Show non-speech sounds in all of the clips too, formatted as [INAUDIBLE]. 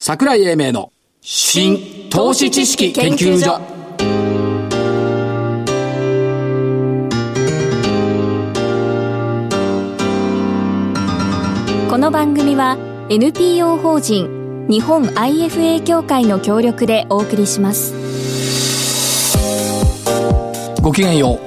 桜井英明の新投資知識研究所この番組は NPO 法人日本 IFA 協会の協力でお送りしますごきげんよう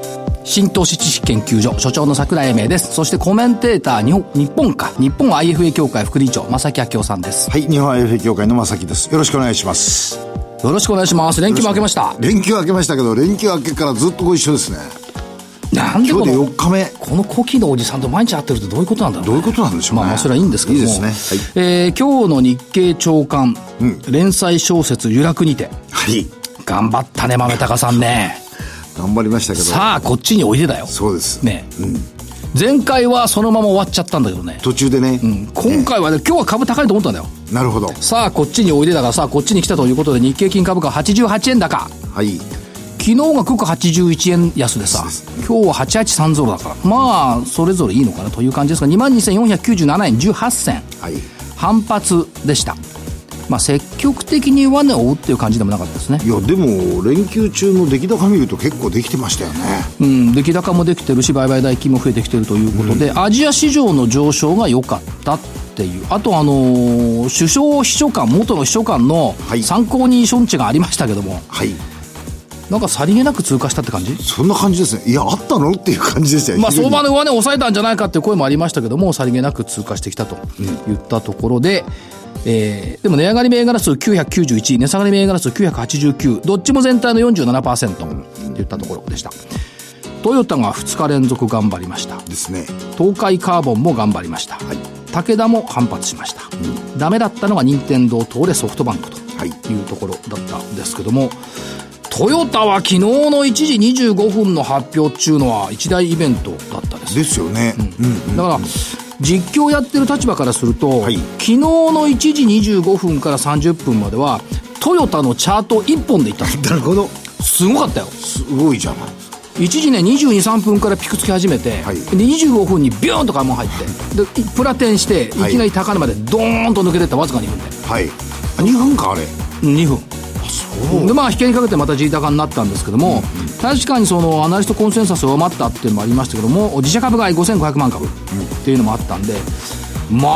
新投資知識研究所所長の桜井英明ですそしてコメンテーター日本日本か日本 IFA 協会副理事長正木明夫さんですはい、日本 IFA 協会の正木です。よろしくお願いします。よろしくお願いします連休も明けました連休明けましたけど、連休明けからずっとご一緒ですね。なんで今こ日での4日目。この古希のおじさんと毎日会ってるってどういうことなんだろうねどういうことなんでしょうねまあまあそれはいいんですけどもいいですねえー今日の日経長官、連載小説「由楽にてはい。」頑張ったね豆高さんね頑張りましたけど。さあこっちにおいでだよそうです。ね、前回はそのまま終わっちゃったんだけどね、途中でね。今回はね今日は株高いと思ったんだよなるほど。さあこっちにおいでだからさあこっちに来たということで日経金株価88円高はい。昨日が981円安でさ今日は8830だからまあそれぞれいいのかなという感じですが22,497円18銭はい。反発でしたまあ積極的に罠を追うっていう感じでもなかったですねいや、でも、連休中の出来高見ると結構できてましたよね。うん、出来高もできてるし売買代金も増えてきてるということで、アジア市場の上昇が良かったっていうあとあのー首相秘書官元の秘書官のはい参考人処置がありましたけども、はい。なんかさりげなく通過したって感じそんな感じですね。いや、あったのっていう感じでしたよ。まあ、非常相に場の上値を抑えたんじゃないかっていう声もありましたけども、さりげなく通過してきたと言ったところで、えーでも値上がり銘柄数991、値下がり銘柄数989、どっちも全体の47%といったところでした。トヨタが2日連続頑張りました。ですね。東海カーボンも頑張りました、い武田も反発しました、ダメだったのが任天堂東レソフトバンクとはいいうところだったんですけどもトヨタは昨日の1時25分の発表っちゅうのは一大イベントだったです、ですよね。うん。だから実況やってる立場からすると、はい昨日の1時25分から30分まではトヨタのチャート1本でいったんですよなるほど。すごかったよすごいじゃないですか。一時ね223分からピクつき始めて、はいで25分にビューンと買い物入ってでプラテンしていはいきなり高値までドーンと抜けてったわずか2分ではい。あ、2分か、あれ。 2分でまあ引けにかけてまた G 高になったんですけども、確かにそのアナリストコンセンサスを上回ったっていうのもありましたけども自社株買い5500万株っていうのもあったんで、ま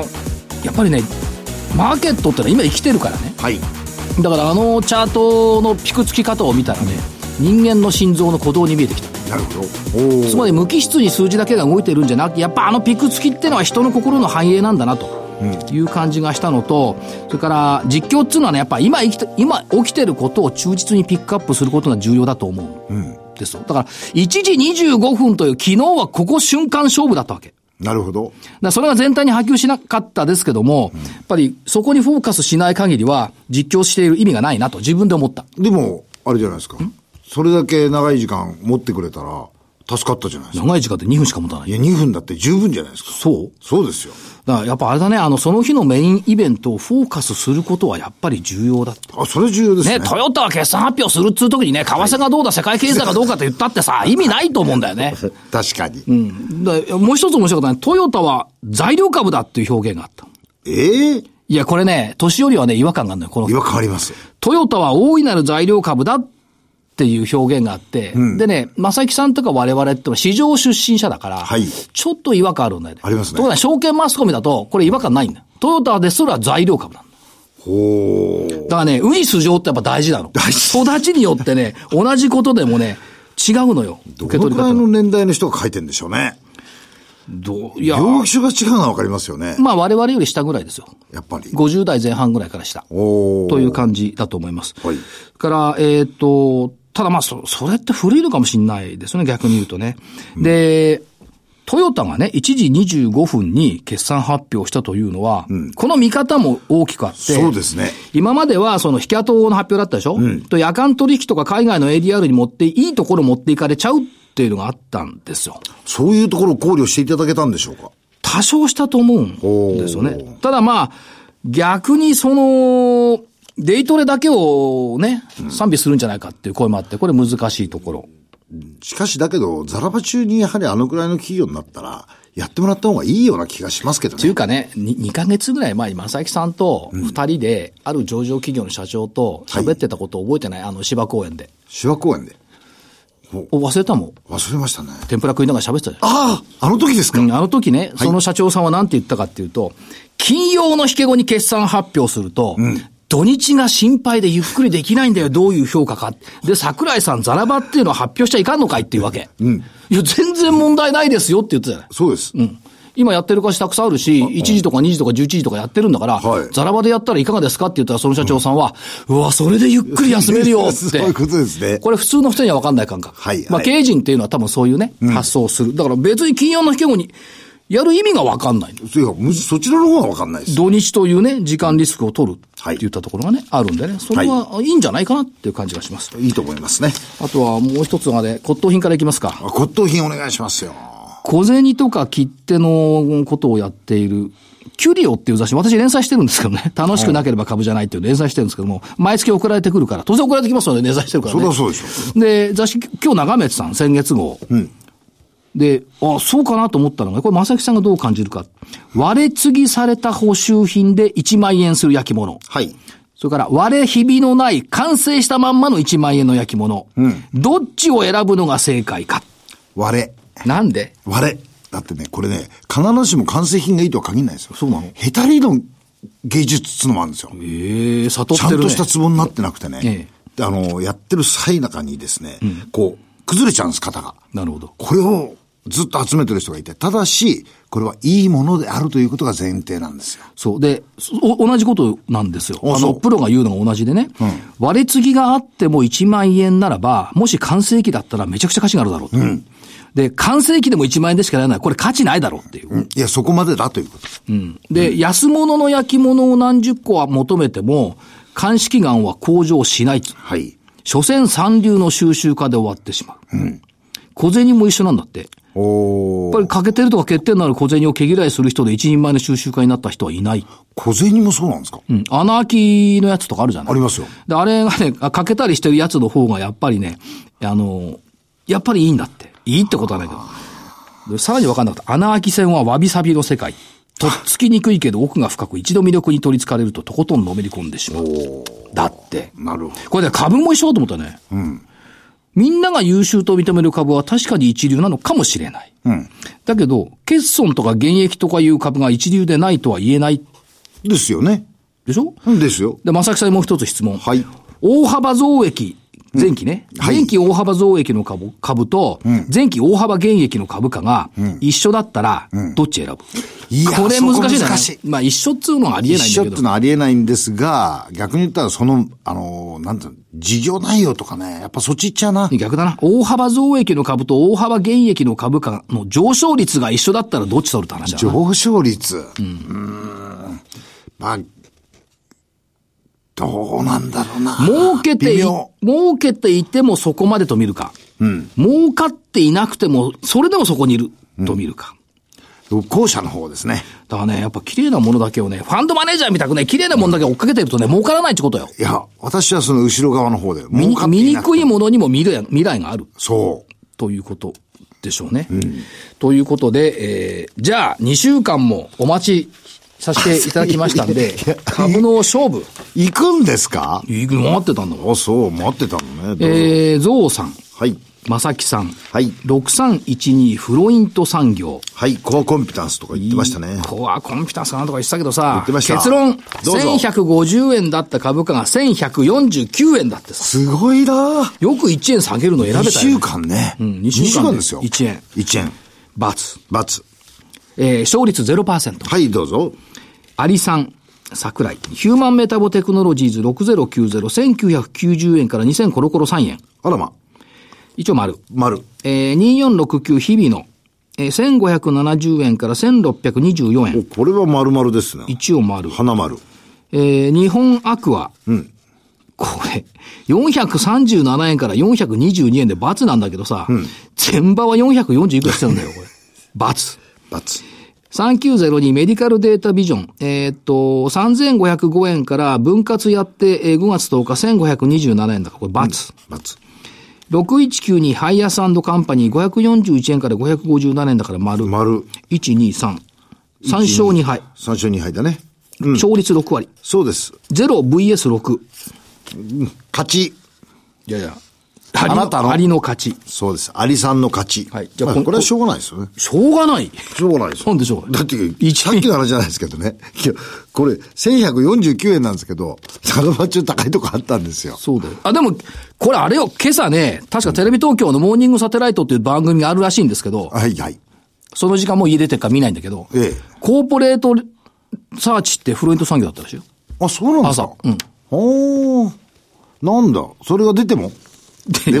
あやっぱりねマーケットってのは今生きてるからねはい。だからあのチャートのピクつき方を見たらね、人間の心臓の鼓動に見えてきたなるほど。おーつまり無機質に数字だけが動いてるんじゃなくてやっぱあのピクつきってのは人の心の反映なんだなと。いう感じがしたのと、それから実況っていうのはね、やっぱ今生きて、今起きてることを忠実にピックアップすることが重要だと思うんですよ。だから、1時25分という昨日はここ瞬間勝負だったわけ。なるほど。だからそれが全体に波及しなかったですけども、やっぱりそこにフォーカスしない限りは実況している意味がないなと自分で思った。でも、あれじゃないですか。それだけ長い時間持ってくれたら、助かったじゃないですか。長い時間で2分しか持たないい。や、2分だって十分じゃないですか。そうそうですよ。だからやっぱあれだね、あの、その日のメインイベントをフォーカスすることはやっぱり重要だって。あ、それ重要ですね。ね、トヨタは決算発表するっつう時にね、為替がどうだ、世界経済がどうかと言ったってさ、意味ないと思うんだよね。確かに。 [LAUGHS] うんだからもう一つ面白かったね、トヨタは材料株だっていう表現があった。ええいや、これね、年寄りはね、違和感があるのよ、この今変わります。トヨタは大いなる材料株だっていう表現があって、でね、正木さんとか我々ってのは市場出身者だから、はいちょっと違和感あるんだよね。ありますねところが証券マスコミだと、これ違和感ないんだよ。トヨタですら材料株なんだ。ほー。だからね、ウイス上ってやっぱ大事なの。大事育ちによって [LAUGHS] ね、同じことでもね、違うのよ。ど受け取のりくら方いのが。年代の人が書いてんでしょうね。どういや、病気種が違うのはわかりますよね。まあ我々より下ぐらいですよ。やっぱり。 50代前半ぐらいから下。おー。という感じだと思います。はいから、えっ、と、ただまあ、そ、それって古いのかもしれないですね、逆に言うとね。で、トヨタがね、1時25分に決算発表したというのは、この見方も大きくあって、そうですね。今まではその引き跡の発表だったでしょ、と夜間取引とか海外の ADR に持って、いいところ持っていかれちゃうっていうのがあったんですよ。そういうところを考慮していただけたんでしょうか。多少したと思うんですよおね。ただまあ、逆にその、デイトレだけをね、賛美するんじゃないかっていう声もあって、これ難しいところ。しかしだけど、ザラバ中にやはりあのくらいの企業になったら、やってもらった方がいいような気がしますけどというね。かね、に2ヶ月ぐらい前、今、佐伯さんと2人で、ある上場企業の社長と喋ってたことを覚えてない、あの芝公園で。手話公演で。お忘れたもん。忘れましたね。天ぷら食いながら喋ってたじゃん。あああの時ですか、うんあの時ね、その社長さんは何て言ったかっていうと、金曜の引け後に決算発表すると、土日が心配でゆっくりできないんだよ、どういう評価か。で、桜井さん、ザラバっていうのを発表しちゃいかんのかいっていうわけ。いや、全然問題ないですよって言ってたじゃない。そうです。うん今やってる会社たくさんあるし、1時とか2時とか11時とかやってるんだから、はいザラバでやったらいかがですかって言ったら、その社長さんは、うわ、それでゆっくり休めるよって。 [LAUGHS] そういうことですねこれ普通の人には分かんない感覚。はいまあ、はい経営陣っていうのは多分そういうね、発想をする。だから別に金曜の引け後に、やる意味が分かんない。そういやむしそちらの方がわかんないです。土日というね、時間リスクを取るはいって言ったところがね、あるんでね、それはいいんじゃないかなっていう感じがします。いいと思いますね。あとはもう一つがね、骨董品からいきますか。あ骨董品お願いしますよ。小銭とか切手のことをやっている、キュリオっていう雑誌、私連載してるんですけどね。 [LAUGHS] 楽しくなければ株じゃないっていう連載してるんですけども、毎月送られてくるから、当然送られてきますので、連載してるからそね。りゃそうでしょで、雑誌、今日眺めてたの、先月号。で、あ、そうかなと思ったのが、これ、正木さんがどう感じるか。割れ継ぎされた補修品で1万円する焼き物。はい。それから、割れひびのない、完成したまんまの1万円の焼き物。どっちを選ぶのが正解か。割れ。なんで割れ。だってね、これね、必ずしも完成品がいいとは限らないですよ。そうなのヘタリの芸術っつうのもあるんですよ。ええ悟っちてゃるんね。とした壺になってなくてね。えあの、やってる最中にですね、こう、崩れちゃうんです、型が。なるほど。これをずっと集めてる人がいて、ただし、これはいいものであるということが前提なんですよ。そう。で、そお同じことなんですよ。ああその、うプロが言うのが同じでね。割れ継ぎがあっても1万円ならば、もし完成期だったらめちゃくちゃ価値があるだろうと。で、完成期でも1万円でしかやらない。これ価値ないだろうっていう。いや、そこまでだということ。で、安物の焼き物を何十個は求めても、鑑識眼は向上しない。はい。所詮三流の収集家で終わってしまう。小銭も一緒なんだって。やおっぱり欠けてるとか欠点のある小銭を毛嫌いする人で一人前の収集家になった人はいない。小銭もそうなんですか、うん。穴あきのやつとかあるじゃないありますよ。で、あれがね、あかけたりしてるやつの方がやっぱりね、あの、やっぱりいいんだって。いいってことはないけど。でさらに分かんなかった。穴あき線はわびさびの世界。とっつきにくいけど奥が深く一度魅力に取り憑かれるととことんのめり込んでしまう。だって。なるほど。これね、株も一緒だと思ったね。みんなが優秀と認める株は確かに一流なのかもしれない。だけど、欠損とか現役とかいう株が一流でないとは言えない。ですよね。でしょうんですよ。で、正木さんにもう一つ質問。はい大幅増益、前期ね。はい前期大幅増益の株株と、前期大幅減益の株価が一緒だったら、どっち選ぶ、いやこれ難しいそだねこ難しい。まあ一緒っつうのはありえ一ないんだ緒っけていど。うのはありえないんですが、逆に言ったらその、あの、なんていうの、事業内容とかね、やっぱそっち行っちゃうな。逆だな。大幅増益の株と大幅減益の株価の上昇率が一緒だったらどっち取るって話だな。上昇率。うーん。まあ、どうなんだろうな。儲けてい、微儲妙けていてもそこまでと見るか。儲かっていなくても、それでもそこにいると見るか。後者の方ですね。だからね、やっぱ綺麗なものだけをね、ファンドマネージャーみたくね、綺麗なものだけ追っかけてるとね、儲からないってことよ。いや、私はその後ろ側の方で。見儲かっていなく醜いものにも未来未来がある。そう。ということでしょうね。ということで、えー、じゃあ、2週間もお待ちさせていただきましたん [LAUGHS] いでや、株の勝負。行くんですかいく待ってたんだもん。あ、そう、待ってたのね。どうぞえー、ゾウさん、はい。まさきさん、はい6312フロイント産業。はい、コアコンピタンスとか言ってましたね。コアコンピタンスかなんとか言ってたけどさ、言ってました結論、どうぞ1150円だった株価が1149円だってさ、すごいなよく1円下げるの選べたよ、ね。2週間ね。ん二週間二ですよ。一円1円。罰。罰。えー、勝率0%。はい、どうぞ。アリさん、桜井。ヒューマンメタボテクノロジーズ6090、1990円から2000コロコロ3円。あらま、一応丸。丸。えー、2469日々の、えー、1570円から1624お円。これは丸々ですね。一応丸。花丸。えー、日本アクア。これ、437円から422円で×なんだけどさ、全場は440いくらしてるんだよ、こ [LAUGHS] れ。×。罰。 3902メディカルデータビジョン。えーっと、3505円から分割やって、えー5月10日1527円だから、これ×。罰。 6192ハイアスカンパニー541円から557円だから丸。丸。 123。3勝2敗。 3勝2敗だね。勝率6割。そうです。 0vs6。勝ち。いやいや。あなたのアリの勝ち。そうです。アリさんの勝ち。はいじじゃゃああ、こんこれはしょうがないですよね。しょうがない。しょうがないですよ。なんでしょうだって、一さっきの話じゃないですけどね。いや、これ、1149円なんですけど、サドバ中高いとこあったんですよ。そうだよ。あ、でも、これあれよ、今朝ね、確かテレビ東京のモーニングサテライトっていう番組があるらしいんですけど、はいはい。その時間もう家出てるから見ないんだけど、ええコーポレートサーチってフロイント産業だったらしいよ。あ、そうなんですか朝うんおーなんだ。それが出ても で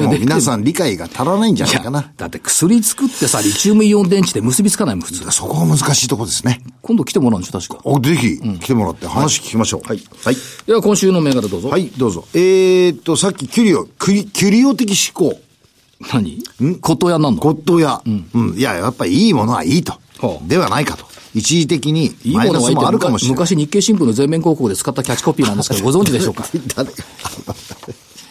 [LAUGHS] も出て皆さん理解が足らないんじゃないかいやな。だって薬作ってさ、リチウムイオン電池で結びつかないもん、普通。そこが難しいとこですね。今度来てもらうんでしょ、確か。お、ぜひ来てもらって話聞きましょう。はい。はい。では、今週の銘柄どうぞ。はい、どうぞ。えーっと、さっきキュリオ、キュリキュリオ的思考。何ことやなんの骨董屋。うん。いや、やっぱりいいものはいいと。はあではないかと。一時的にいいマイもナのはスいいってもあるかもしれない。昔日経新聞の全面広告で使ったキャッチコピーなんですけ [LAUGHS] ど、ご存知でしょうか誰 [LAUGHS] か。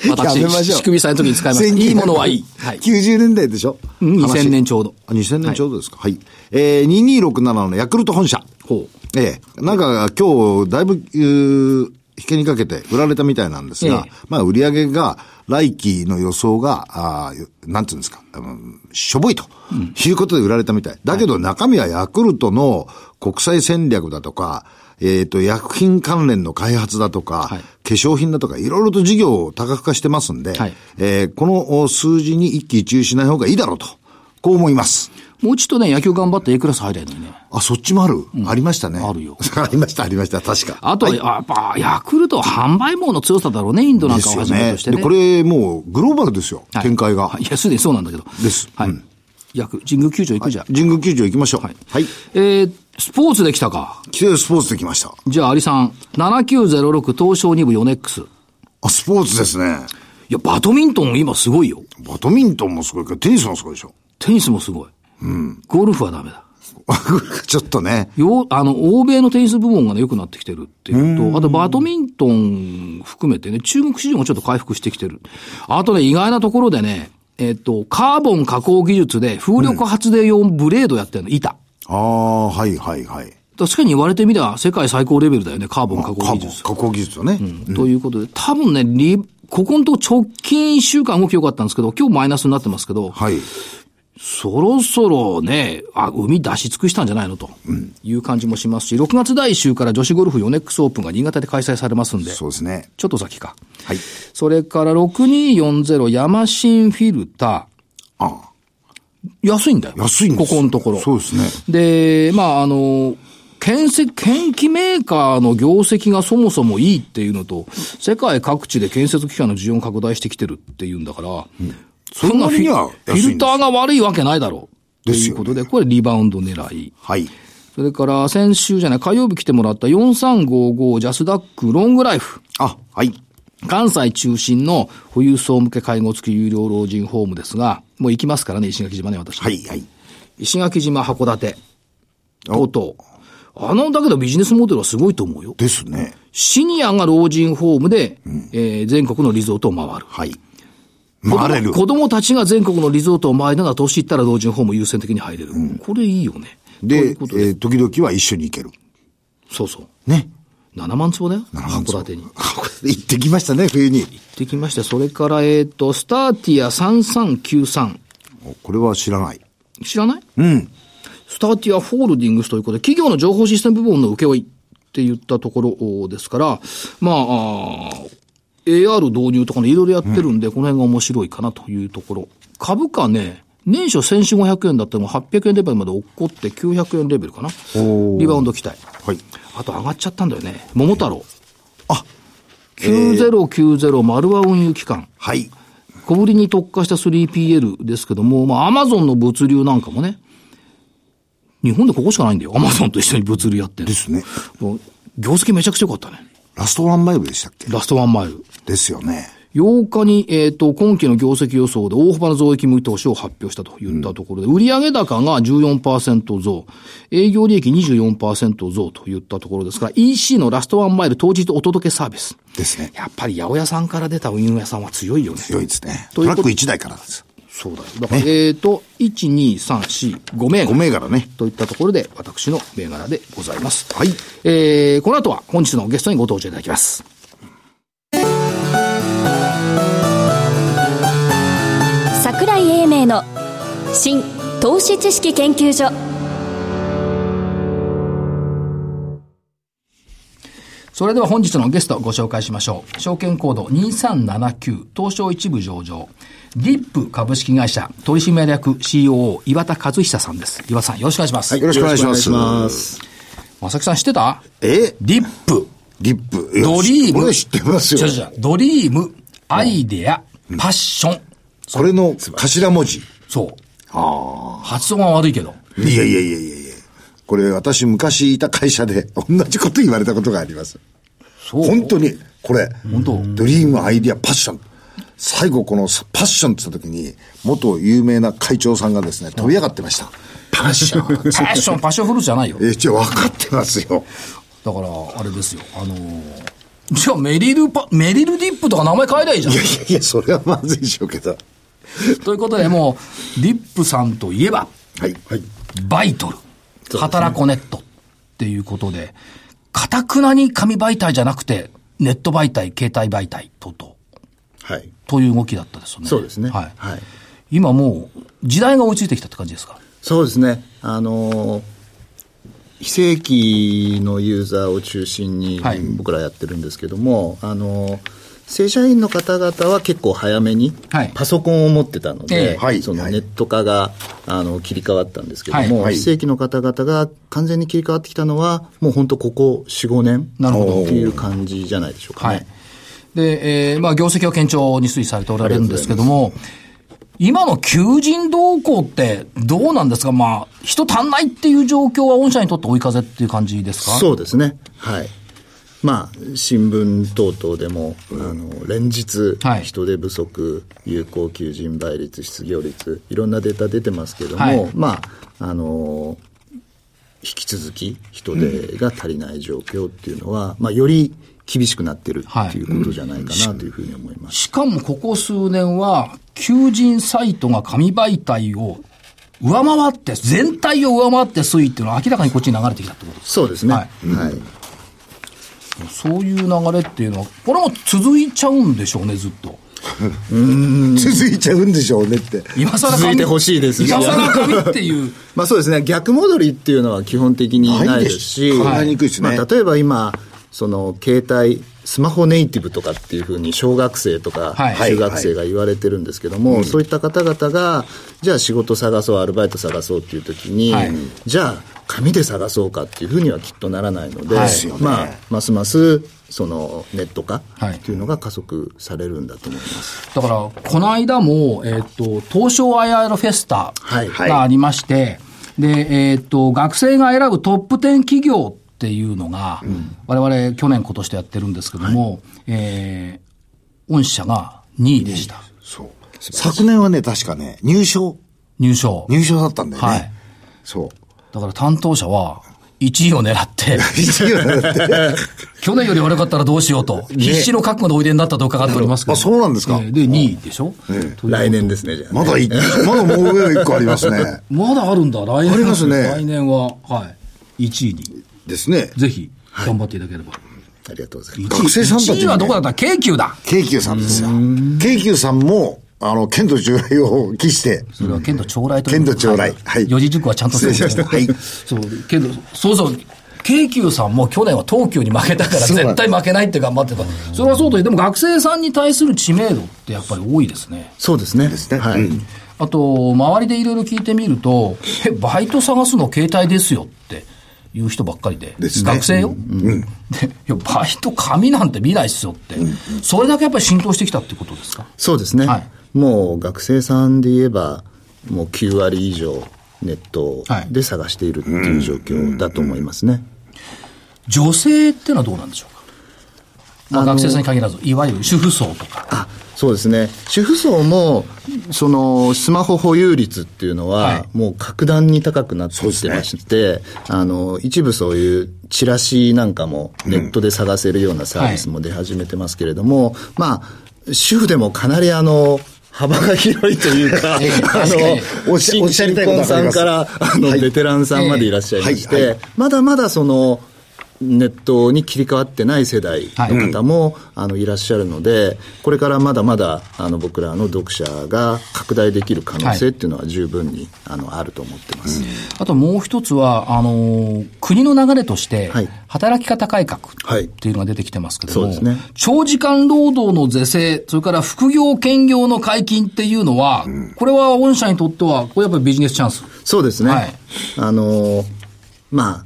私やめましょう仕組み祭の時に使いましたいいものはいいはい90年代でしょうん2000年ちょうょうど。ど。2000年ちょうどですか。はい。えー、2267のヤクルト本社。ほう。ええ、なんか今日、だいぶ、うー引けにかけて売られたみたいなんですが、ええまあ売り上げが、来期の予想が、あーよなんていうんですか、うんしょぼいと、いうことで売られたみたい。だけど中身はヤクルトの国際戦略だとか、えっ、と、薬品関連の開発だとか、はい化粧品だとか、いろいろと事業を多角化してますんで、はいえーこのお数字に一喜一憂しない方がいいだろうと、こう思います。もうちょっとね、野球頑張って A クラス入れるのにね。あ、そっちもある、ありましたね。あるよ。 [LAUGHS] ありました、ありました、確か。あとは、はいやっぱ、ヤクルトは販売網の強さだろうね、インドなんでかすをよはじめねとしてね。で、これもうグローバルですよ、はい展開が。はいいや、すでにそうなんだけど。ですはい。約、神宮球場行くじゃん。神宮球場行きましょう。はいはい。えー、スポーツできたか。来てスポーツできました。じゃあ、有さん、7906東証2部ヨネックス。いあ、スポーツですね。や、バドミントン今すごいよ。バドミントンもすごいけど、テニスもすごいでしょ。 [LAUGHS] テニスもすごい。うん。ゴルフはダメだ。ちょっとね。よう、あの、欧米のテニス部門がね、良くなってきてるっていうと、あとバドミントン含めてね、中国市場もちょっと回復してきてる。あとね、意外なところでね、えっ、と、カーボン加工技術で風力発電用ブレードやってるの、板。ああ、はいはいはい。確かに言われてみれば世界最高レベルだよね、カーボン加工加技工術。加工技術だね。ということで、多分ね、リここのとこ直近1週間動き良かったんですけど、今日マイナスになってますけど、はい。そろそろね、あ、海出し尽くしたんじゃないのという感じもしますし、6月第1週から女子ゴルフヨネックスオープンが新潟で開催されますんで、ちそょうですね。っと先か。はい。それから6240ヤマシンフィルタあー。安いんだよ。安いんですこよこのところ。そうですね。で、まあ、あの、建設、建機メーカーの業績がそもそもいいっていうのと、世界各地で建設機関の需要が拡大してきてるっていうんだから、そんなフそれなりにィはフ安いんですィルターが悪いわけないだろう。とですいようねことで、これリバウンド狙い。はい。それから先週じゃない、火曜日来てもらった4355ジャスダックロングライフ。あ、はい。関西中心の富裕層向け介護付き有料老人ホームですが、もう行きますからね、石垣島ね、私。はい、はい。石垣島、函館、おとうあの、だけどビジネスモデルはすごいと思うよ。ですね。シニアが老人ホームで、えー全国のリゾートを回る。はい。回れる。子供たちが全国のリゾートを回りながら年いったら老人ホームを優先的に入れる。これいいよね。で、とえいうことでー時々は一緒に行ける。そうそう。ね。 [LAUGHS] 7万坪だよ。万函坪館に。行行ってきましたね、冬に。ってきまして、それから、えっ、と、スターティア3393。おこれは知らない。知らないうん。スターティアホールディングスということで、企業の情報システム部門の請負って言ったところですから、まあ、あー AR 導入とかね、いろいろやってるんで、この辺が面白いかなというところ。株価ね、年初1500円だったのが800円レベルまで落っこって900円レベルかな。おーリバウンド期待。はい。あと上がっちゃったんだよね。桃太郎。あ、 9090丸和運輸機関。はい。小売りに特化した 3PL ですけども、まあ、アマゾンの物流なんかもね、日本でここしかないんだよ。アマゾンと一緒に物流やってるで。すね。もう業績めちゃくちゃ良かったね。ラストワンマイルでしたっけラストワンマイル。ですよね。 8日に、えっ、と、今期の業績予想で大幅な増益見通しを発表したといったところで、売上高が14%増、営業利益24%増といったところですから、EC のラストワンマイル当日お届けサービス。ですね。やっぱり八百屋さんから出た運輸屋さんは強いよね。強いですね。とトいうラことック1台からです。そうだ。だから、えっ、と、1、2、3、4、5名5銘柄ね。といったところで、私の銘柄でございます。はい。えー、この後は本日のゲストにご登場いただきます。桜井英明の新投資知識研究所それでは本日のゲストをご紹介しましょう。証券コード2379東証一部上場。ディップ株式会社取締役 COO 岩田和久さんです。岩田さんよろしくお願いします。はいよろしくお願いしますよろくお願いしますまさきさん知ってたえディップ。リップ。いやドリーム。これ知ってますよ違う。違うドリーム、アイデア、パッション。これの頭文字。そう。発音は悪いけど。いやいやいやいやいやこれ私昔いた会社で同じこと言われたことがあります。そう。本当に、これ、本当ドリーム、アイディア、パッション。最後このパッションって言った時に、元有名な会長さんがですね、飛び上がってました。パッション。パ [LAUGHS] ッション、パッションフルーツじゃないよ。え、じゃあ分かってますよ。だから、あれですよ。あのーじゃあメリルパ、メリルディップとか名前変えりゃいいじゃんいや。いやいや、それはまずいでしょうけど。ということで、もう、ディップさんといえば、はい。はい。バイトル、働こネットっていうことで、かたくなに紙媒体じゃなくて、ネット媒体、携帯媒体等々、はい。という動きだったですよね。そうですね。はい。今もう、時代が追いついてきたって感じですかそうですね。あのー非正規のユーザーを中心にはい僕らやってるんですけども、あのー正社員の方々は結構早めにはいパソコンを持ってたのええで、はいそのはいネット化があの切り替わったんですけども、はいはい非正規の方々が完全に切り替わってきたのは、もう本当ここ4、5年なるほどっていう感じじゃないでしょうかね。はい。で、えーまあ、業績は堅調に推移されておられるんですけども、今の求人動向ってどうなんですかまあ、人足んないっていう状況は御社にとって追い風っていう感じですかそうですね。はい。まあ、新聞等々でも、あの、連日はい、人手不足、有効求人倍率、失業率、いろんなデータ出てますけども、はいまあ、あの、引き続き人手が足りない状況っていうのは、まあ、より厳しくなってるっていうことじゃないかなというふうに思います。しかもここ数年は、求人サイトが紙媒体を上回って、全体を上回って推移っていうのは明らかにこっちに流れてきたってことでそうですね。ははいす。そういう流れっていうのは、これも続いちゃうんでしょうね、ずっと。続いちゃうんでしょうねって。今更紙続いてほしいですね今更紙っていう。まあそうですね、逆戻りっていうのは基本的にないですし、考えにくいですねまあ、例えば今、その携帯、スマホネイティブとかっていうふうに小学生とかはい中学生が言われてるんですけども、そういった方々が、じゃあ仕事探そう、アルバイト探そうっていう時に、はいじゃあ紙で探そうかっていうふうにはきっとならないので、はいまあ、ますますそのネット化はいっていうのが加速されるんだと思います。だから、この間も、えっ、と、東証 IR フェスタはいがありまして、で、えっ、と、学生が選ぶトップ10企業っていうのが、我々去年今年とやってるんですけども、えー、御社が2位でした。そう。昨年はね、確かね、入賞、入賞。入賞だったんだよね。はいそう。だから担当者は、1位を狙って、一位はだって [LAUGHS] 去年より悪かったらどうしようと、必死の覚悟でおいでになったと伺っておりますけど。あそうなんですかえーで、2位でしょ、来年ですね、じゃあね、まだ一、まだもう上が一個ありますね。まだあるんだ、来年。ありますね来年は、はい。1位に。ですね。ぜひ、頑張っていただければ。ありがとうございます。学生さんたちにね1位はどこだった京急だ。京急さんですよ。京急さんも、あの、剣と従来を期して、それは剣道将来と剣道将来はい四字熟語はちゃんと失礼しましたはいそう、剣道、そうそう。京急さんも去年は東急に負けたからそうな絶んで対負けないって頑張ってた。それはそうとでも学生さんに対する知名度ってやっぱり多いですね。そうですね。ねはい。あと、周りでいろいろ聞いてみると、え、バイト探すの携帯ですよっていう人ばっかりで、ですね学生よ、でいや、バイト紙なんて見ないっすよって、それだけやっぱり浸透してきたってことですかそうですね、はいもう学生さんで言えば、もう9割以上、ネットで探しているっていう状況だと思いますね。女性ってのはどうなんでしょうか、まあ、あの学生さんに限らず、いわゆる主婦層とか。あそうですね。主婦層も、その、スマホ保有率っていうのは、はいもう格段に高くなってきてまして、あの、一部そういうチラシなんかもネットで探せるようなサービスも出始めてますけれども、まあ、主婦でもかなりあの、幅が広いとい [LAUGHS] うか、あええ確かにの、おっしゃおっしゃりたいことわか新婚さりんますから、あの、ベテランさんまでいらっしゃいまして、はいはいまだまだその、ネットに切り替わってない世代の方も、あのいらっしゃるので、これからまだまだあの僕らの読者が拡大できる可能性っていうのは十分にあのあると思ってます。あともう一つは、あのー国の流れとしてはい、働き方改革はいっていうのが出てきてますけども、そうですね長時間労働の是正、それから副業、兼業の解禁っていうのは、これは御社にとっては、これやっぱりビジネスチャンス。そうですね。はいあの、まあ、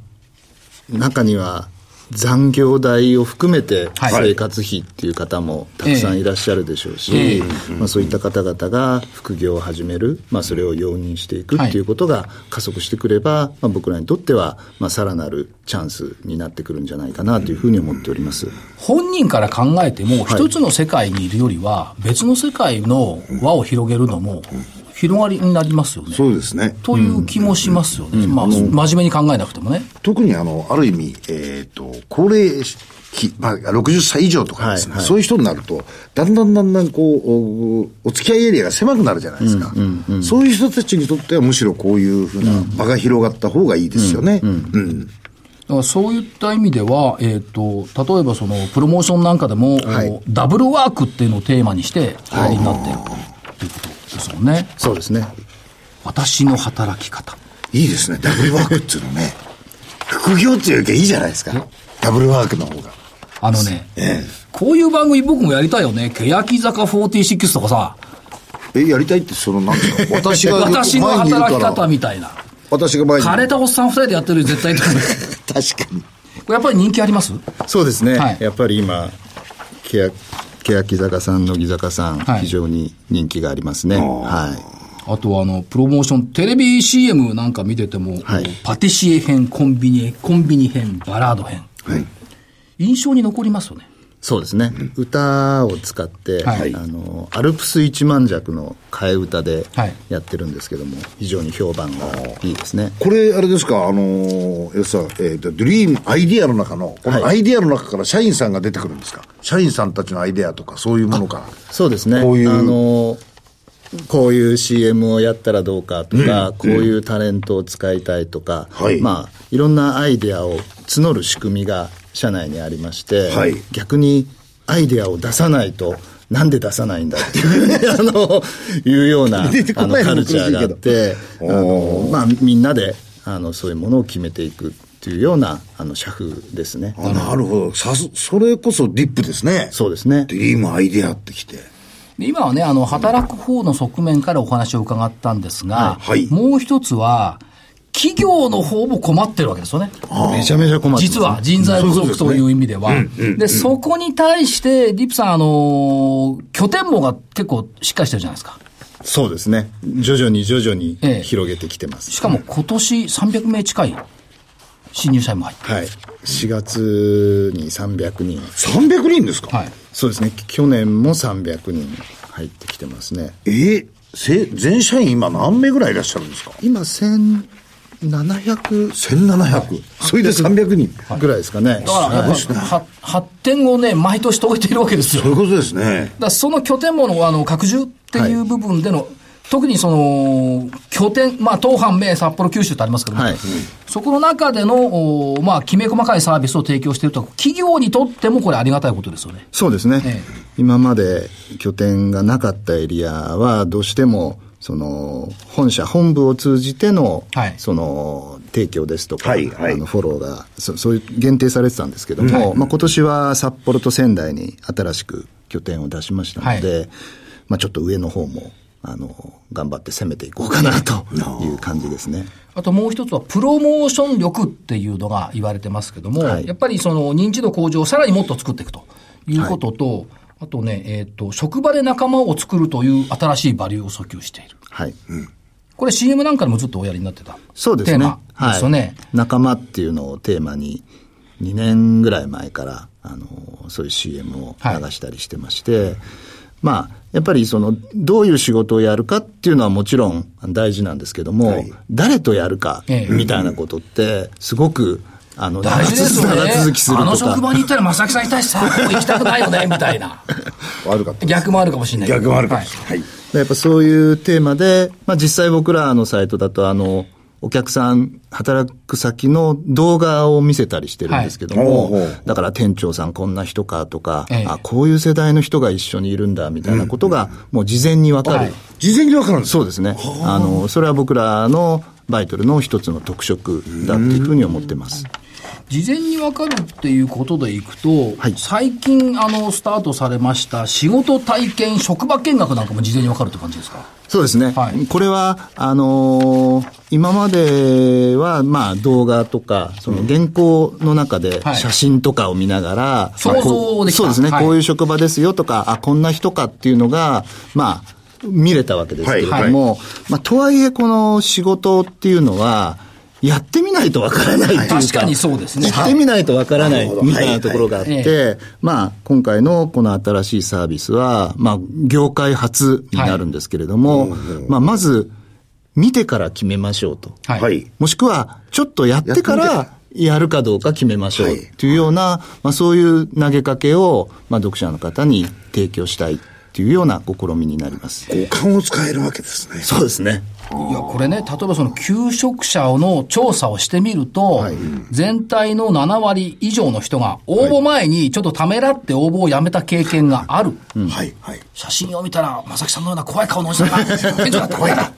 中には残業代を含めてはい生活費っていう方もたくさんいらっしゃるでしょうえし、まあ、そういった方々が副業を始める、まあ、それを容認していくはいっていうことが加速してくれば、まあ、僕らにとっては、まあ、さらなるチャンスになってくるんじゃないかなというふうに思っております。本人から考えても、一つの世界にいるよりは、別の世界の輪を広げるのも、広がりになりますよね。そうですね。という気もしますよね。まあ、真面目に考えなくてもね。特にあの、ある意味、えっ、と、高齢期、まあ、60歳以上とかですね、はいはいそういう人になると、だんだんだんだんこうお、お付き合いエリアが狭くなるじゃないですか、そういう人たちにとってはむしろこういうふうな場が広がった方がいいですよね。うんだからそういった意味では、えー、と例えばそのプロモーションなんかでも、はいダブルワークっていうのをテーマにして、おやりになっているということですもんね。そうですね。私の働き方。いいですね、ダブルワークっていうのね。副業っていうよりはいいじゃないですか。ダブルワークの方が。あのね、えこういう番組僕もやりたいよね。欅坂46とかさ、え、えやりたいって、その、なんですか、私が私の前にいる働きか方ら、みたいな。私が前にい枯れる。たおっさん二人でやってるより絶対いいと思う [LAUGHS] 確かに。これやっぱり人気ありますそうですね、はいやっぱり今、けや欅坂さん、乃木坂さん、はい非常に人気がありますね。はいあとはあの、プロモーション、テレビ CM なんか見てても、はいパティシエ編、コンビニ、コンビニ編、バラード編。印象に残りますよね。そうですね、歌を使って、はいあのアルプス一万尺の替え歌ではいやってるんですけども、非常に評判がいいですね。これ、あれですか、あのー、要するにえっ、と、ドリーム、アイディアの中の、こはいのアイディアの中から社員さんが出てくるんですか、社員さんたちのアイディアとか、そういうものか。そうですねこういうあのこういう CM をやったらどうかとか、こういうタレントを使いたいとか、はいまあ、いろんなアイデアを募る仕組みが社内にありまして、はい逆にアイデアを出さないと、なんで出さないんだっていう、 [LAUGHS] あの、いうような、あ出てこの、ないカのもル苦しいチけどャーがあって、あの、まあ、みんなで、あの、そういうものを決めていくっていうような、あの、社風ですね。あなるほど。さす、それこそディップですね。そうですねド。リーム、アイディアってきて。で今はね、あの、働く方の側面からお話を伺ったんですが、はいもう一つは、企業の方も困ってるわけですよね。めちゃめちゃ困ってます実は人材不足という意味では。で、そこに対して、リップさん、あのー拠点網が結構しっかりしてるじゃないですか。そうですね。徐々に徐々にええ広げてきてます。しかも今年300名近い新入社員も入ってはい。4月に300人。 300人ですかはい。そうですね。去年も300人入ってきてますね。えーせ全社員今何名ぐらいいらっしゃるんですか今、1700 ?1700。それで300人。ぐらいですかだね。からやっぱは発展をね、毎年遂げているわけですよ。そういだかうことですね。らその拠点ものあの拡充っていう部分での、特にその拠点、まあ、東半名、札幌、九州ってありますけども、はいそこの中での、おまあ、きめ細かいサービスを提供していると、企業にとってもこれ、ありがたいことですよね。そうですね、ええ今まで拠点がなかったエリアは、どうしても、その、本社、本部を通じての、はいその、提供ですとか、はいはいあのフォローがそ、そういう限定されてたんですけども、まあ、今年は札幌と仙台に新しく拠点を出しましたので、まあ、ちょっと上の方も、あの、頑張って攻めていこうかなという感じですね。あともう一つは、プロモーション力っていうのが言われてますけども、はいやっぱりその認知度向上をさらにもっと作っていくということと、あとね、えっ、と、職場で仲間を作るという新しいバリューを訴求している。はい。これ CM なんかでもずっとおやりになってた。そうですね。テーマですよね。はい。仲間っていうのをテーマに、2年ぐらい前から、あの、そういう CM を流したりしてまして、まあ、やっぱりその、どういう仕事をやるかっていうのはもちろん大事なんですけども、はい誰とやるかええみたいなことって、すごく、あの、大事ですよね長続きするあとのか。職場に行ったら正木さんに対してさもう行きたくないよねみたいな悪かった。逆もあるかもしれないけど逆もあるかもはいしれない。はい。やっぱそういうテーマで、まあ、実際僕らのサイトだと、あの、お客さん、働く先の動画を見せたりしてるんですけども、はいおうおうだから店長さんこんな人かとか、ええあ、こういう世代の人が一緒にいるんだみたいなことが、もう事前にわかる、はい事前にわかるんですそうですね。あの、それは僕らのバイトルの一つの特色だっていうふうに思ってます。事前に分かるっていうことでいくと、はい最近あのスタートされました仕事体験職場見学なんかも事前に分かるって感じですかそうですね。はいこれは、あのー今までは、まあ、動画とか、その原稿の中ではい写真とかを見ながら、想まあこう像できたそうですね、はいこういう職場ですよとか、あ、こんな人かっていうのが、まあ、見れたわけですけれども、はいはまあ、とはいえ、この仕事っていうのは、やってみないとわからないっていうか、確かにそうですね行ってみないとわからないなるほどみたいなところがあっはいてはい、で、まあ、今回のこの新しいサービスは、まあ、業界初になるんですけれども、まあ、まず、見てから決めましょうと。ははい。もしくは、ちょっとやってかやってら、やるかどうか決めましょうはいというような、まあ、そういう投げかけを、まあ、読者の方に提供したいっていうような試みになります。五感を使えるわけですね。そうですね。いやこれね、例えばその求職者の調査をしてみると、全体の7割以上の人が、応募前にちょっとためらって応募をやめた経験がある、はい。はい。写真を見たら、正木さんのような怖い顔のおじさんが、 [LAUGHS] 店長だった怖いな。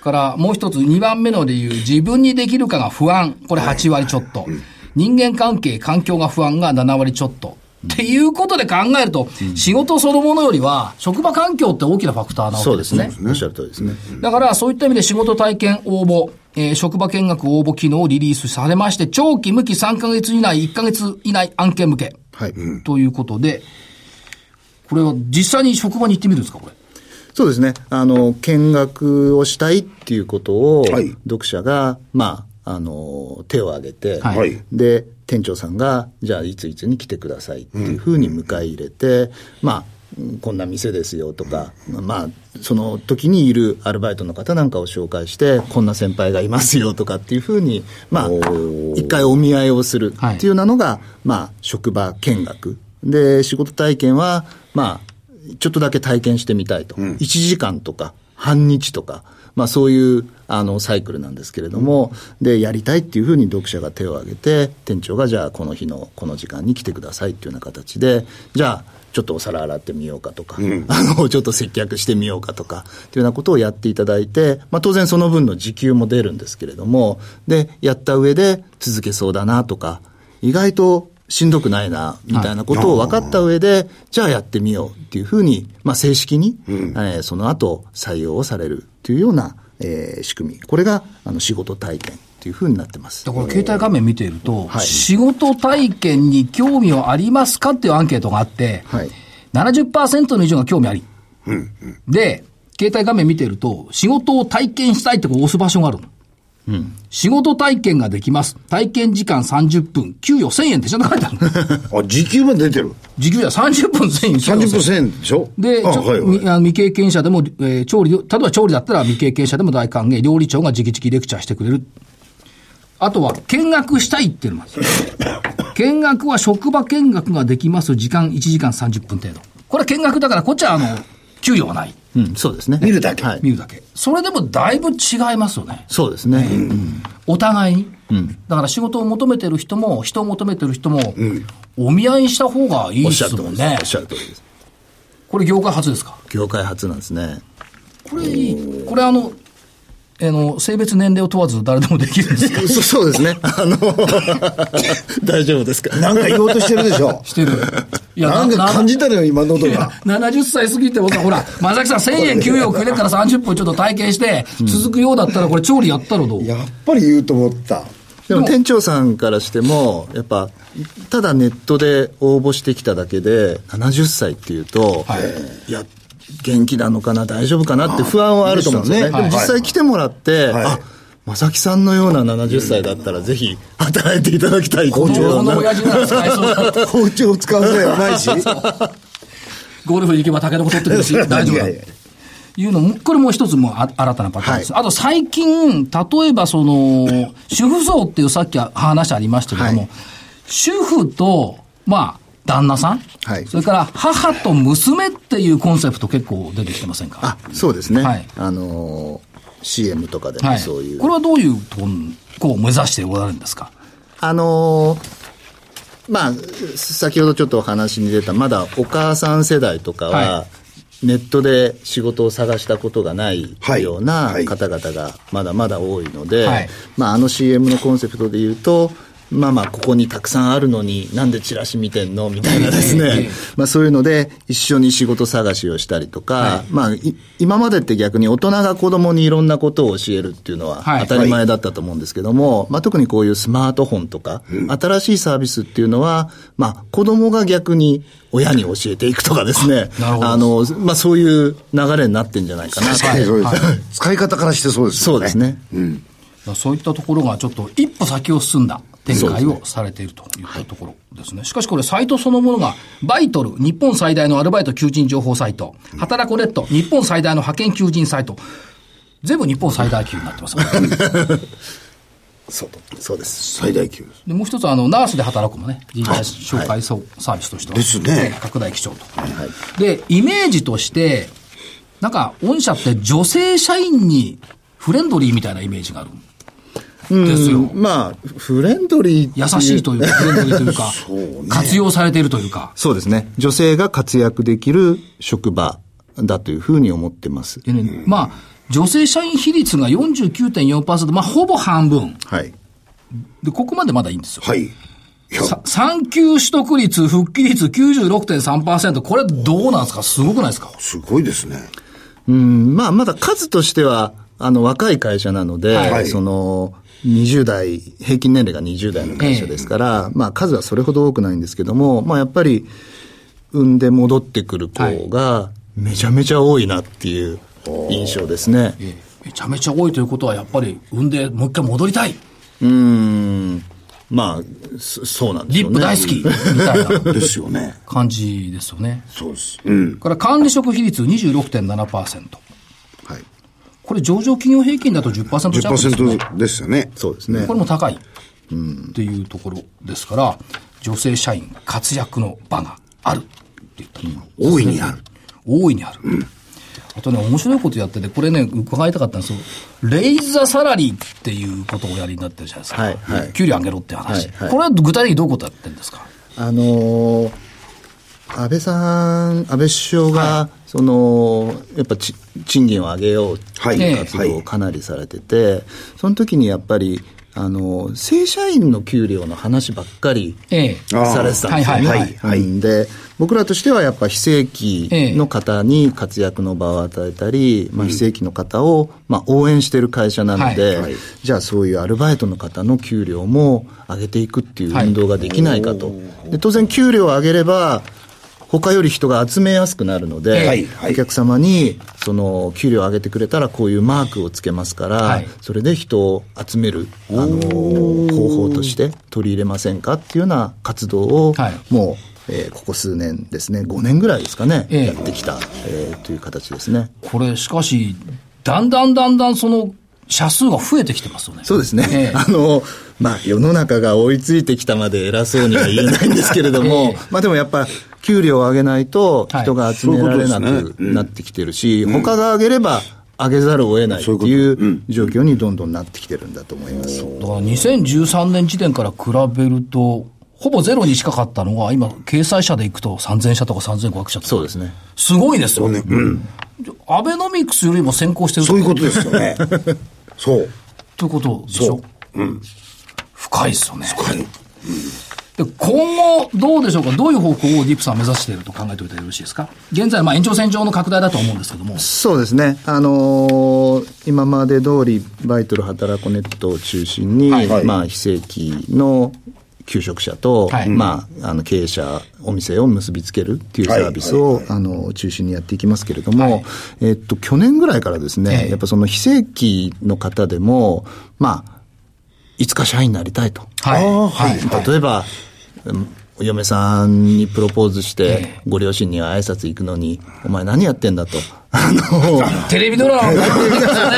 からもう一つ、2番目の理由、自分にできるかが不安、これ8割ちょっと、人間関係、環境が不安が7割ちょっと。っていうことで考えると、仕事そのものよりは、職場環境って大きなファクターなわそけうでですすね。ね。おっしゃる通りですね。だから、そういった意味で仕事体験応募、えー職場見学応募機能をリリースされまして、長期向き3ヶ月以内、1ヶ月以内案件向け、はい。ということで、これは実際に職場に行ってみるんですか、これ。そうですね。あの、見学をしたいっていうことを、はい読者が、まあ、あの、手を挙げて、はいはいで、店長さんが、じゃあ、いついつに来てくださいっていうふうに迎え入れて、まあ、うんこんな店ですよとか、まあ、その時にいるアルバイトの方なんかを紹介して、こんな先輩がいますよとかっていうふうに、まあ、一回お見合いをするっていうようなのが、まあ、職場見学。で、仕事体験は、まあ、ちょっとだけ体験してみたいと。1時間とか、半日とか、まあそういう、あの、サイクルなんですけれども、で、やりたいっていうふうに読者が手を挙げて、店長がじゃあこの日の、この時間に来てくださいっていうような形で、じゃあ、ちょっとお皿洗ってみようかとか、 [LAUGHS] あの、ちょっと接客してみようかとか、っていうようなことをやっていただいて、まあ当然その分の時給も出るんですけれども、で、やった上で続けそうだなとか、意外としんどくないな、みたいなことを分かった上で、じゃあやってみようっていうふうに、まあ、正式に、えーその後採用をされるというような、えー仕組み。これが、あの、仕事体験というふうになってますだ。から携帯画面見ていると、はい仕事体験に興味はありますかっていうアンケートがあって、はい70%の以上が興味あり。で、携帯画面見ていると、仕事を体験したいってこう押す場所があるの。仕事体験ができます。体験時間30分、給与1000円ってちゃんと書いてある [LAUGHS] の。あ、時給まで出てる。時給や30分1000円。 30%でしょで、ちあょはいはいみあの未経験者でも、えー調理、例えば調理だったら未経験者でも大歓迎、料理長が直々レクチャーしてくれる。あとは、見学したいっていうのもあるんですよ [LAUGHS] 見学は職場見学ができます。時間1時間30分程度。これは見学だから、こっちはあの、給与はない。うん、そうですね。見るだけはい。見るだけ。それでもだいぶ違いますよね。そうですね。うんお互いに。だから仕事を求めてる人も、人を求めてる人も、お見合いした方がいいおでっしゃする通もりんです。ねおっ。しゃる通りです。これ業界初ですか業界初なんですね。これいい。これあの、あの、性別年齢を問わず誰でもできるんですか [LAUGHS] そそうですね。 [LAUGHS] あの、 [LAUGHS] 大丈夫ですかなんか言おうとしてるでし [LAUGHS] ょしてる。いや、なんか感じたのよ、今の音が。 70歳過ぎてもさ、ほら、松崎さん1000円給与くれるから30分ちょっと体験して、続くようだったらこれ調理やったらどうやっぱり言うと思った。でも店長さんからしても、やっぱ、ただネットで応募してきただけで、70歳っていうと、はいい、や、元気なのかな、大丈夫かなって不安はあると思うんですよね。でよですもね実際来てもらって、はいあ正木さんのような70歳だったら、ぜひ働いていただきたい。この親父なら使えそうだな包丁を使うぐらいはないし。ゴルフ行けば竹の子取ってくるし、大丈夫だ [LAUGHS] いやいや。いうのも、これもう一つもうあ新たなパターンです。あと最近、例えばそ [LAUGHS] の、主婦層っていうさっきは話ありましたけども、はい主婦と、まあ、旦那さん、はいそれから母と娘っていうコンセプト結構出てきてませんかあ、そうですね。はいあのー CM とかではもい。そういう。これはどういうとこを目指しておられるんですかあのーまあ、先ほどちょっとお話に出た、まだお母さん世代とかは、はネットで仕事を探したことがないはいようなはい方々がまだまだ多いので、はいまあ、あの CM のコンセプトで言うと、まあまあ、ここにたくさんあるのに、なんでチラシ見てんのみたいなですね。まあそういうので、一緒に仕事探しをしたりとか、まあ、い今までって逆に大人が子供にいろんなことを教えるっていうのははい当たり前だったと思うんですけども、まあ特にこういうスマートフォンとか、新しいサービスっていうのは、まあ子供が逆に親に教えていくとかですね、なるほどあの、まあそういう流れになってんじゃないかな確かにそうです、使い方からしてそうですそようね。ですね。そういったところがちょっと一歩先を進んだ展そう開ですをねされているというところですね。しかしこれサイトそのものが、バイトル、日本最大のアルバイト求人情報サイト、働こレット、日本最大の派遣求人サイト、全部日本最大級になって [LAUGHS] ますから、そうそうです。最大級です。でもう一つあの、ナースで働くもね、人材紹介そうサービスとしては、ですね拡大基調と、で、イメージとして、なんか、御社って女性社員にフレンドリーみたいなイメージがあるんですよ。まあ、フレンドリーって優しいというか、フレンドリーというか、[LAUGHS] 活用されているというか、そうですね。女性が活躍できる職場だというふうに思ってます。でね、まあ、女性社員比率が49.4%、まあ、ほぼ半分。はい。で、ここまでまだいいんですよ。はい。いや、さ産休取得率、復帰率96.3%、これどうなんですかすごくないですかすごいですね。うん、まあ、まだ数としては、あの、若い会社なので、はいその、20代、平均年齢が20代の会社ですから、まあ、数はそれほど多くないんですけども、まあ、やっぱり、産んで戻ってくる子が、めちゃめちゃ多いなっていう印象ですね。ええめちゃめちゃ多いということは、やっぱり産んでもう一回戻りたい。うん、まあ、そそうなんですリよッね。プ大好き。みたいなですよね。感じですよね。そうです。うん。から管理職比率26.7%。はい。これ上場企業平均だと10%弱ですよね。 10%ですよね。そうですねこ。れも高いっていうところですから、女性社員活躍の場があるって言ったところ、大いにある。大いにある。あとね、面白いことやってて、これね、伺いたかったんですよ。レイザーサラリーっていうことをおやりになってるじゃないですか。はいはい給料上げろっていう話、はいはいこれは具体的にどういうことやってるんですかあのー安倍さん、安倍首相が、その、やっぱち賃金を上げようってはいええいう活動をかなりされてて、その時にやっぱり、あのー正社員の給料の話ばっかりええ。あーされてたんですよね。はいはいはいうんで、僕らとしてはやっぱ非正規の方に活躍の場を与えたり、まあ、非正規の方を、まあ、応援してる会社なので、はいはいじゃあそういうアルバイトの方の給料も上げていくっていう運動ができないかと。で当然給料を上げれば他より人が集めやすくなるので、はいはいお客様にその給料を上げてくれたらこういうマークをつけますから、はいそれで人を集める、あの方法として取り入れませんかっていうような活動を、はいもう、えーここ数年ですね5年ぐらいですかね、ええやってきた、えーという形ですねこれ、しかし、だんだんだんだんその、社数が増えてきてますよね。そうですね、ええあのまあ世の中が追いついてきたまで偉そうには言えないんですけれども、 [LAUGHS] ええまあでもやっぱ給料を上げないとはい人が集められなくなってきてるし、他が上げれば上げざるを得ないってそういいう状況にどんどんなってきてるんだと思います、だから2013年時点から比べると、ほぼゼロに近かったのが、今、掲載社でいくと3000社とか3500社とか。そうですねすごいですよ。アベノミクスよりも先行してるそういうことですよね。そう。ということでしょそう深いですよね。はい。で、今後、どうでしょうかどういう方向をディープさんは目指していると考えておいてよろしいですか現在、まあ、延長線上の拡大だと思うんですけども。そうですね、あのー今まで通り、バイトル働こネットを中心に、はいはいまあ、非正規の求職者と、はいまあ、あの経営者、お店を結びつけるっていうサービスを、はいはいあの中心にやっていきますけれども、はいえっと、去年ぐらいからですね、ええやっぱその非正規の方でも、まあ、いつか社員になりたいと。はい。あーはいはい。例えば、うんお嫁さんにプロポーズして、ご両親には挨拶行くのに、お前何やってんだと。 [LAUGHS] あの、テレビドラマ [LAUGHS]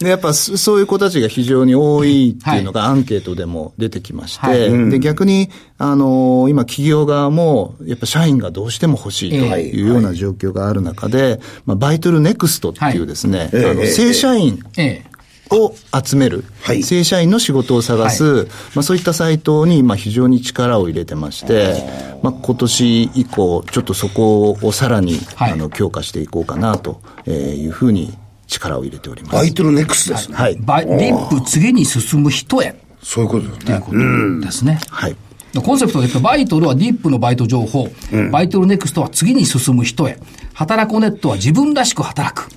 でやっぱそそういう子たちが非常に多いっていうのがアンケートでも出てきまして、はいで逆に、あのー今企業側も、やっぱ社員がどうしても欲しいというような状況がある中で、まあ、バイトルネクストっていうですね、あの正社員ええ。を集める、はい正社員の仕事を探す、まあ、そういったサイトに今非常に力を入れてまして、まあ、今年以降、ちょっとそこをさらに、はいあの強化していこうかなとえーいうふうに力を入れております。バイトルネクストですね。はい。バイリップ次に進む人へそういうことですね。ですね。はい。コンセプトで言うと、バイトルはディップのバイト情報、バイトルネクストは次に進む人へ、働くネットは自分らしく働く。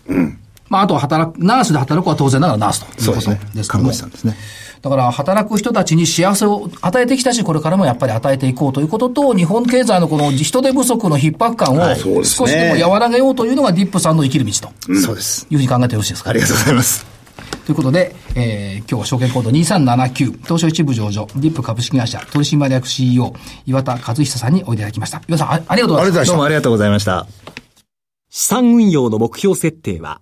まあ、あとは働く、ナースで働くは当然ながらナースということですけど看も護師さんですね。だから働く人たちに幸せを与えてきたし、これからもやっぱり与えていこうということと、日本経済のこの人手不足の逼迫感をそうです少ねしでも和らげようというのがディップさんの生きる道とそうです。いうふうに考えてよろしいですかありがとうございます。ということで、えー、今日は証券コード2379、東証一部上場、ディップ株式会社取締役 CEO、岩田和久さんにおいでいただきました。岩田さん、あありがとうございました。どうもありがとうございました。資産運用の目標設定は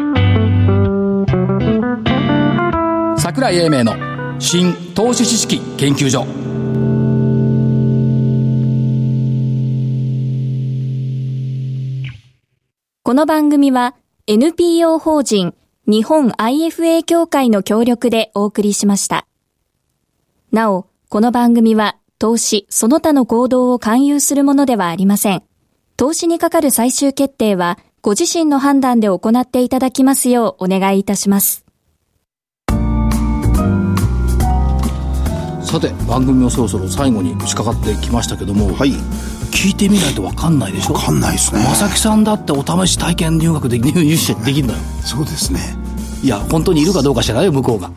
桜井英明の新投資知識研究所。この番組は NPO 法人日本 IFA 協会の協力でお送りしました。なお、この番組は投資その他の行動を勧誘するものではありません。投資にかかる最終決定はご自身の判断で行っていただきますようお願いいたします。さて、番組もそろそろ最後に打ち掛かってきましたけども、はい。聞いてみないとわかんないでしょわかんないですね。まさきさんだってお試し体験入学で、入入試できる [LAUGHS] のよ。そうですね。いや、本当にいるかどうか知らないよ、向こうが。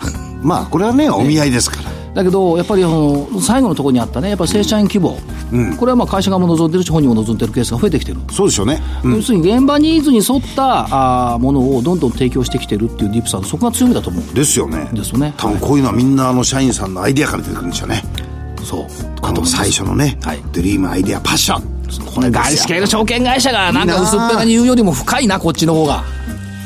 まあ、これはね、お見合いですから。 [LAUGHS] だけど、やっぱりその最後のところにあったね、やっぱ正社員希望、これはまあ会社側も望んでるし、本人も望んでるケースが増えてきてる、そうでしょうね。要するに現場ニーズに沿ったあーものをどんどん提供してきてるっていうディープさんの、そこが強みだと思うですよね。ですよね多分こういうのはみんなあの社員さんのアイデアから出てくるんでしょうね。そうあと最初のね、はいドリーム、アイデア、パッション。これ外資系の証券会社がなんか薄っぺらに言うよりも深いな、こっちの方が。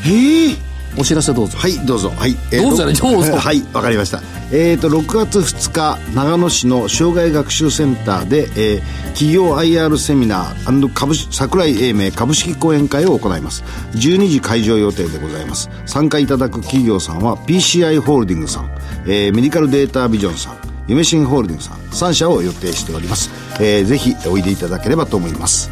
へえ。お知らせどうぞ。はい、どうぞ。はい。えどうぞろくどうぞはい、わかりました。えっ、と、6月2日、長野市の障害学習センターで、えー企業 IR セミナー株式桜井英明株式講演会を行います。12時会場予定でございます。参加いただく企業さんは、PCI ホールディングさん、えーメディカルデータビジョンさん、夢新ホールディングさん、3社を予定しております。えーぜひ、おいでいただければと思います。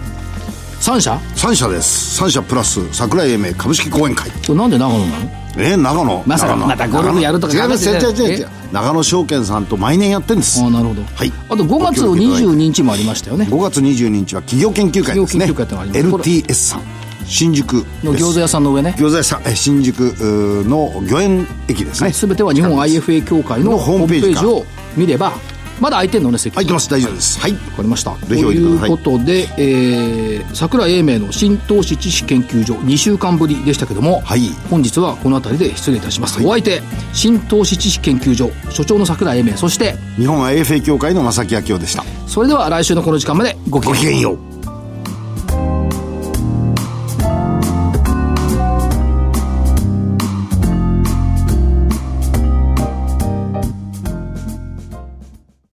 3社3社です。3社プラス、桜井英明株式講演会。これなんで長野なのえー、長野まさか長野またゴルフやるとか長野違います違考えうてない違う違う違う長野証券さんと毎年やってんですああ、なるほど。はいあと5月22日もありましたよね。 5月22日は企業研究会ですね企業研究会ってのがあります LTS さん新宿のです餃子屋さんの上ね。餃子屋さんえ新宿うーの御苑駅ですねすべては日本 IFA 協会ののホホーームムペペーージジを見れば、まだ空いてるのね、席。入ってます大丈夫ですはいわかりました。とぜひおいでくださいいうことで、えー、桜井英明の新投資知識研究所2週間ぶりでしたけども、はい本日はこの辺りで失礼いたします。はいお相手、新投資知識研究所所長の桜井英明、そして、日本 AFA 協会の正木明夫でしたそれでは来週のこの時間までごきごげんきようげんよう